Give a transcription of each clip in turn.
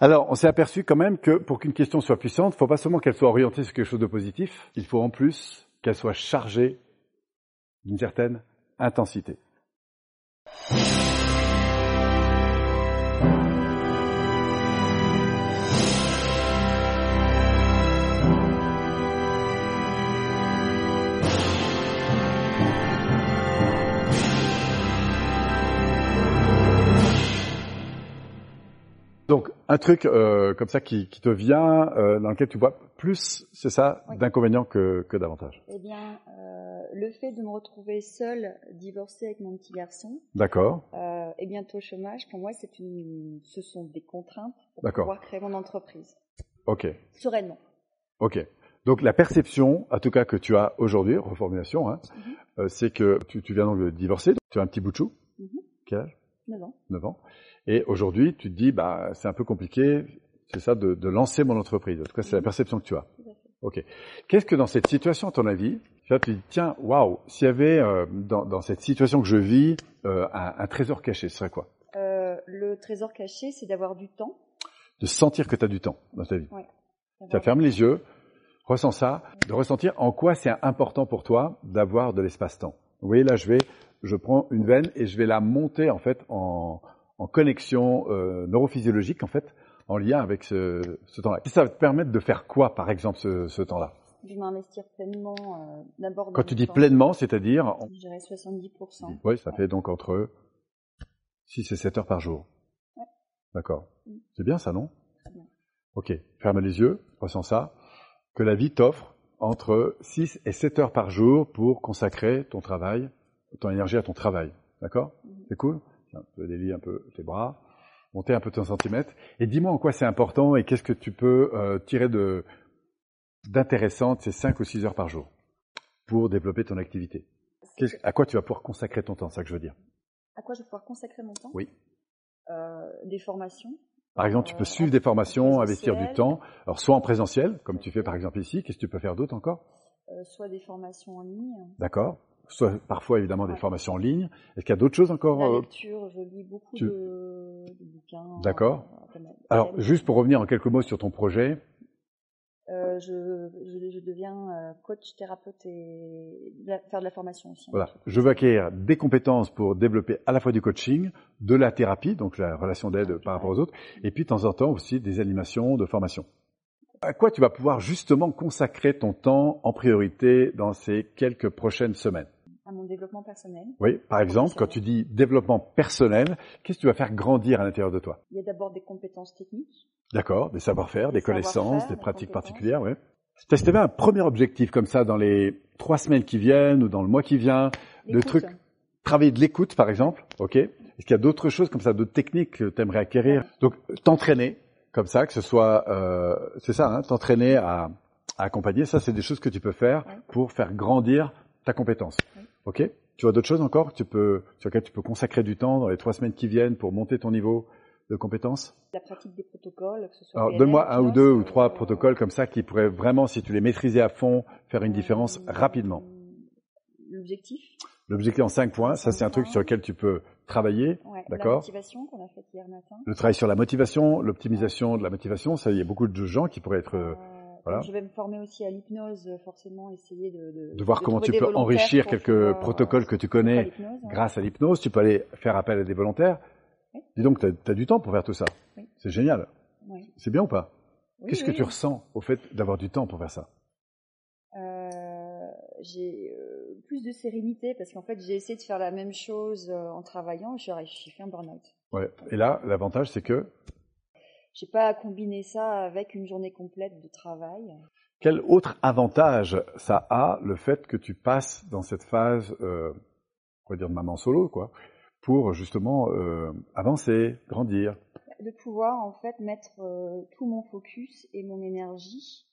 Alors, on s'est aperçu quand même que pour qu'une question soit puissante, il faut pas seulement qu'elle soit orientée sur quelque chose de positif, il faut en plus qu'elle soit chargée d'une certaine intensité. Donc un truc euh, comme ça qui, qui te vient, euh, dans lequel tu vois plus, c'est ça, Oui. d'inconvénients que, que d'avantages. Eh bien, euh, le fait de me retrouver seule, divorcée avec mon petit garçon, D'accord. euh, et bientôt au chômage, pour moi, c'est une, ce sont des contraintes pour D'accord. pouvoir créer mon entreprise Ok. sereinement. Ok. Donc la perception, en tout cas que tu as aujourd'hui, reformulation, hein, Mhm. euh, c'est que tu, tu viens donc de divorcer, tu as un petit bout de chou, Mhm. Quel âge 9 ans. 9 ans, et aujourd'hui tu te dis, bah, c'est un peu compliqué, c'est ça, de, de lancer mon entreprise. En tout cas, c'est la Mhm. perception que tu as. Tout à fait. Ok. Qu'est-ce que dans cette situation, à ton avis, tu vois, tu dis, tiens, waouh, s'il y avait euh, dans, dans cette situation que je vis euh, un, un trésor caché, ce serait quoi Euh, le trésor caché, c'est d'avoir du temps. De sentir que tu as du temps dans ta vie. Tu d'avoir- as fermé les yeux, ressens ça, de ressentir en quoi c'est important pour toi d'avoir de l'espace-temps. Vous voyez, là, je vais, je prends une veine et je vais la monter, en fait, en, en connexion euh, neurophysiologique, en fait, en lien avec ce, ce temps-là. Ça va te permettre de faire quoi, par exemple, ce, ce temps-là de m'investir pleinement euh, d'abord dans Quand tu mon dis temps. pleinement, Mmh. c'est-à-dire... Je dirais 70%. Oui, ça fait donc entre 6 et 7 heures par jour. Ouais. D'accord. Mm. C'est bien ça, non Très bien. Ok, ferme les yeux, ressens ça, que la vie t'offre entre 6 et 7 heures par jour pour consacrer ton travail, ton énergie à ton travail. D'accord Mhm. C'est cool Tiens, Tu délies un peu tes bras, monter un peu ton centimètre, et dis-moi en quoi c'est important et qu'est-ce que tu peux euh, tirer de d'intéressant de ces 5 ou 6 heures par jour pour développer ton activité. Qu'est-ce- à quoi tu vas pouvoir consacrer ton temps, c'est ça que je veux dire. À quoi je vais pouvoir consacrer mon temps Oui. Euh, des formations. Par exemple, tu Euh, peux suivre en des formations, présentiel. investir du temps, alors soit en présentiel, comme tu fais par exemple ici, qu'est-ce que tu peux faire d'autre encore euh, soit des formations en ligne, D'accord Soit parfois évidemment des Ouais. Bah, formations en ligne. Est-ce qu'il y a d'autres choses encore la euh, lecture, je lis beaucoup tu- de, de bouquins. D'accord. euh, pas mal. Alors, juste pour revenir en quelques mots sur ton projet, Euh, je, je, je deviens euh, coach, thérapeute et de la- faire de la formation aussi. en voilà, entreprise. je veux acquérir des compétences pour développer à la fois du coaching, de la thérapie, donc la relation d'aide Ah, par rapport aux autres, et puis de temps en temps aussi des animations de formation. À quoi tu vas pouvoir justement consacrer ton temps en priorité dans ces quelques prochaines semaines À mon développement personnel, Oui, par exemple, quand tu dis développement personnel, qu'est-ce que tu vas faire grandir à l'intérieur de toi il y a d'abord des compétences techniques. D'accord, des savoir-faire, des Des savoir-faire, connaissances, des des pratiques compétences. particulières, oui. Si tu avais un premier objectif comme ça dans les trois semaines qui viennent ou dans le mois qui vient, le L'écoute. truc, travailler de l'écoute par exemple, ok Est-ce qu'il y a d'autres choses comme ça, d'autres techniques que tu aimerais acquérir Donc t'entraîner comme ça, que ce soit, euh, c'est ça, hein, t'entraîner à, à accompagner, ça c'est des choses que tu peux faire Ouais. pour faire grandir ta compétence, Ouais. ok Tu vois d'autres choses encore que tu peux, sur lesquelles tu peux consacrer du temps dans les trois semaines qui viennent pour monter ton niveau de compétence la pratique des protocoles, que ce soit alors, PNL, donne-moi un ou Jones, deux ou trois euh, protocoles comme ça qui pourraient vraiment, si tu les maîtrisais à fond, faire une différence euh, rapidement. L'objectif, L'objectif en cinq points, ça c'est un truc sur lequel tu peux travailler. ouais, la D'accord. motivation qu'on a faite hier matin. Le travail sur la motivation, l'optimisation de la motivation, ça, il y a beaucoup de gens qui pourraient être... Euh, euh, voilà. Je vais me former aussi à l'hypnose, euh, forcément essayer de, de, de voir de comment trouver tu des peux volontaires enrichir pour quelques pouvoir, euh, protocoles que tu faire connais l'hypnose, hein. grâce à l'hypnose. Tu peux aller faire appel à des volontaires. Oui. Dis donc, tu as, du temps pour faire tout ça. Oui. C'est génial. Ouais. C'est bien ou pas Oui, Qu'est-ce oui. que tu ressens au fait d'avoir du temps pour faire ça Euh, J'ai euh, plus de sérénité parce qu'en fait j'ai essayé de faire la même chose euh, en travaillant, je suis- j'ai fait un burn-out. ouais. Et là, l'avantage, c'est que J'ai pas combiné ça avec une journée complète de travail. Quel autre avantage ça a le fait que tu passes dans cette phase, euh, on va dire de maman solo, quoi, pour justement euh, avancer, grandir. de pouvoir en fait mettre euh, tout mon focus et mon énergie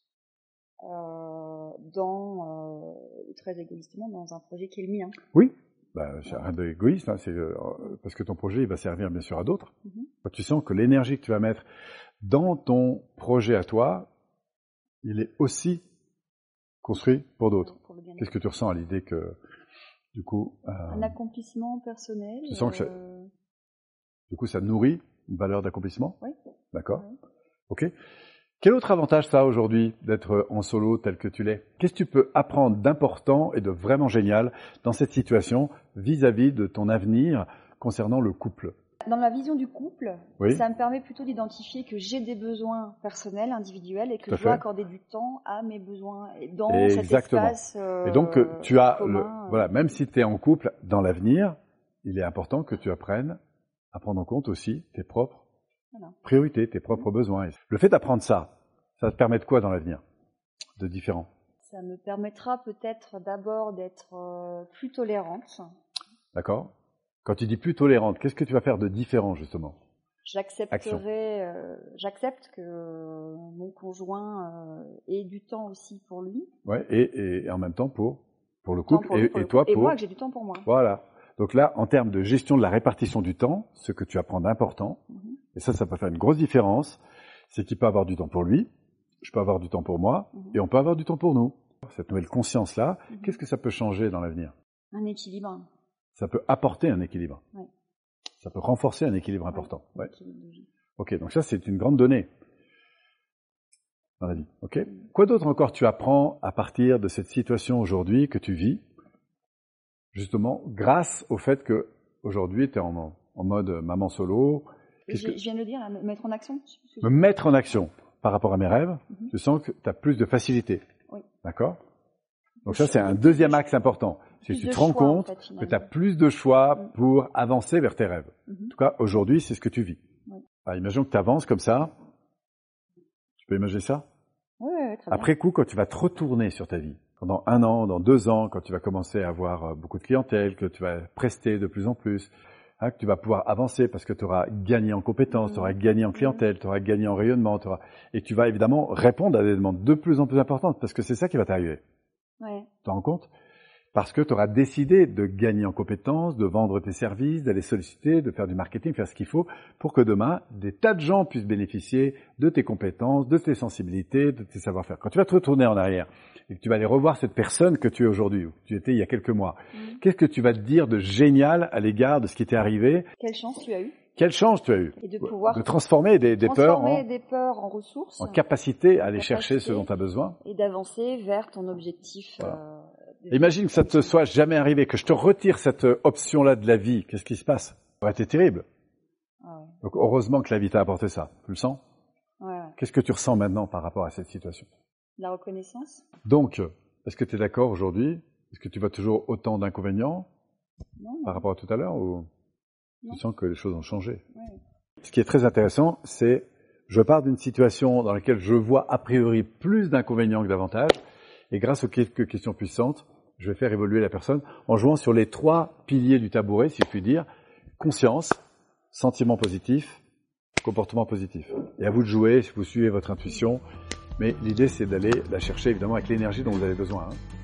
euh, dans euh, très égoïstement dans un projet qui est le mien. Bah, c'est rien d'égoïste, hein, c'est euh, parce que ton projet il va servir bien sûr à d'autres. Mhm. Quand tu sens que l'énergie que tu vas mettre dans ton projet à toi, il est aussi construit pour d'autres. Pour le bien-être. Qu'est-ce que tu ressens à l'idée que, du coup, euh, Un accomplissement personnel. Tu sens que ça- euh, du coup, ça nourrit une valeur d'accomplissement oui. D'accord Ouais. Ok Quel autre avantage ça a aujourd'hui d'être euh, en solo tel que tu l'es Qu'est-ce que tu peux apprendre d'important et de vraiment génial dans cette situation vis-à-vis de ton avenir concernant le couple Dans ma vision du couple, Oui. ça me permet plutôt d'identifier que j'ai des besoins personnels, individuels, et que Tout à je dois fait. accorder du temps à mes besoins et dans Exactement. cet espace. euh, Et donc, euh, tu as, commun, le, euh. voilà, même si tu es en couple dans l'avenir, il est important que tu apprennes à prendre en compte aussi tes propres Voilà. Mm. priorités, tes propres besoins. Et le fait d'apprendre ça, ça te permet de quoi dans l'avenir De différent Ça me permettra peut-être d'abord d'être euh, plus tolérante. D'accord Quand tu dis plus tolérante, qu'est-ce que tu vas faire de différent justement Action. J'accepterai, euh, j'accepte que mon conjoint euh, ait du temps aussi pour lui, ouais, et, et en même temps pour, pour le Temps couple pour et, lui, pour et le toi couple. et pour... moi que j'ai du temps pour moi. Voilà. Donc là, en termes de gestion de la répartition du temps, ce que tu apprends d'important, Mhm. et ça, ça peut faire une grosse différence, c'est qu'il peut avoir du temps pour lui, je peux avoir du temps pour moi, Mhm. et on peut avoir du temps pour nous. Cette nouvelle conscience-là, Mhm. qu'est-ce que ça peut changer dans l'avenir Un équilibre. Ça peut apporter un équilibre. Ouais. Ça peut renforcer un équilibre important. Un Ouais. équilibre de vie. Ok, donc ça, c'est une grande donnée dans la vie. Ok. Mhm. Quoi d'autre encore tu apprends à partir de cette situation aujourd'hui que tu vis, justement grâce au fait que aujourd'hui tu es en, en mode maman solo, Et Qu'est-ce j'ai- que- Je viens de le dire, là, me mettre en action. je sais plus ce que me mettre en action par rapport à mes rêves, Mhm. je sens que tu as plus de facilité. Oui. D'accord Donc ça, c'est un deuxième axe important. C'est que Plus tu de te rends choix, en compte fait, que finalement. tu as plus de choix Mhm. pour avancer vers tes rêves. En Mhm. tout cas, aujourd'hui, c'est ce que tu vis. Oui. Ah, imagine que tu avances comme ça. Tu peux imaginer ça Ouais, ouais, Ah ouais, très bien. Après coup, quand tu vas te retourner sur ta vie, pendant un an, dans deux ans, quand tu vas commencer à avoir euh, beaucoup de clientèle, que tu vas prester de plus en plus, hein, que tu vas pouvoir avancer parce que tu auras gagné en compétences, Mhm. tu auras gagné en clientèle, tu auras gagné en rayonnement, t'auras- et tu vas évidemment répondre à des demandes de plus en plus importantes parce que c'est ça qui va t'arriver. Ouais. Tu t'en rends compte Parce que tu auras décidé de gagner en compétences, de vendre tes services, d'aller solliciter, de faire du marketing, faire ce qu'il faut pour que demain, des tas de gens puissent bénéficier de tes compétences, de tes sensibilités, de tes savoir-faire. Quand tu vas te retourner en arrière et que tu vas aller revoir cette personne que tu es aujourd'hui, ou que tu étais il y a quelques mois, Mhm. qu'est-ce que tu vas te dire de génial à l'égard de ce qui t'est arrivé Quelle chance tu as eu Quelle chance tu as eu et de pouvoir de transformer des, des peurs transformer en, des peurs en ressources en capacité à aller Capacité. chercher ce dont tu as besoin et d'avancer vers ton objectif. Voilà. euh, de- Imagine que ça ne te soit jamais arrivé, que je te retire cette euh, option-là de la vie. Qu'est-ce qui se passe Ça aurait été terrible. Ah ouais. Donc heureusement que la vie t'a apporté ça. Tu le sens Ouais, ouais. Qu'est-ce que tu ressens maintenant par rapport à cette situation La reconnaissance Donc, euh, est-ce que tu es d'accord aujourd'hui Est-ce que tu vois toujours autant d'inconvénients Non, par rapport à tout à l'heure ou Non. tu sens que les choses ont changé Ouais. Ce qui est très intéressant, c'est je pars d'une situation dans laquelle je vois a priori plus d'inconvénients que d'avantages, et grâce aux quelques questions puissantes, je vais faire évoluer la personne en jouant sur les trois piliers du tabouret, si je puis dire, conscience, sentiment positif, comportement positif. Et à vous de jouer, si vous suivez votre intuition, mais l'idée c'est d'aller la chercher évidemment avec l'énergie dont vous avez besoin. hein.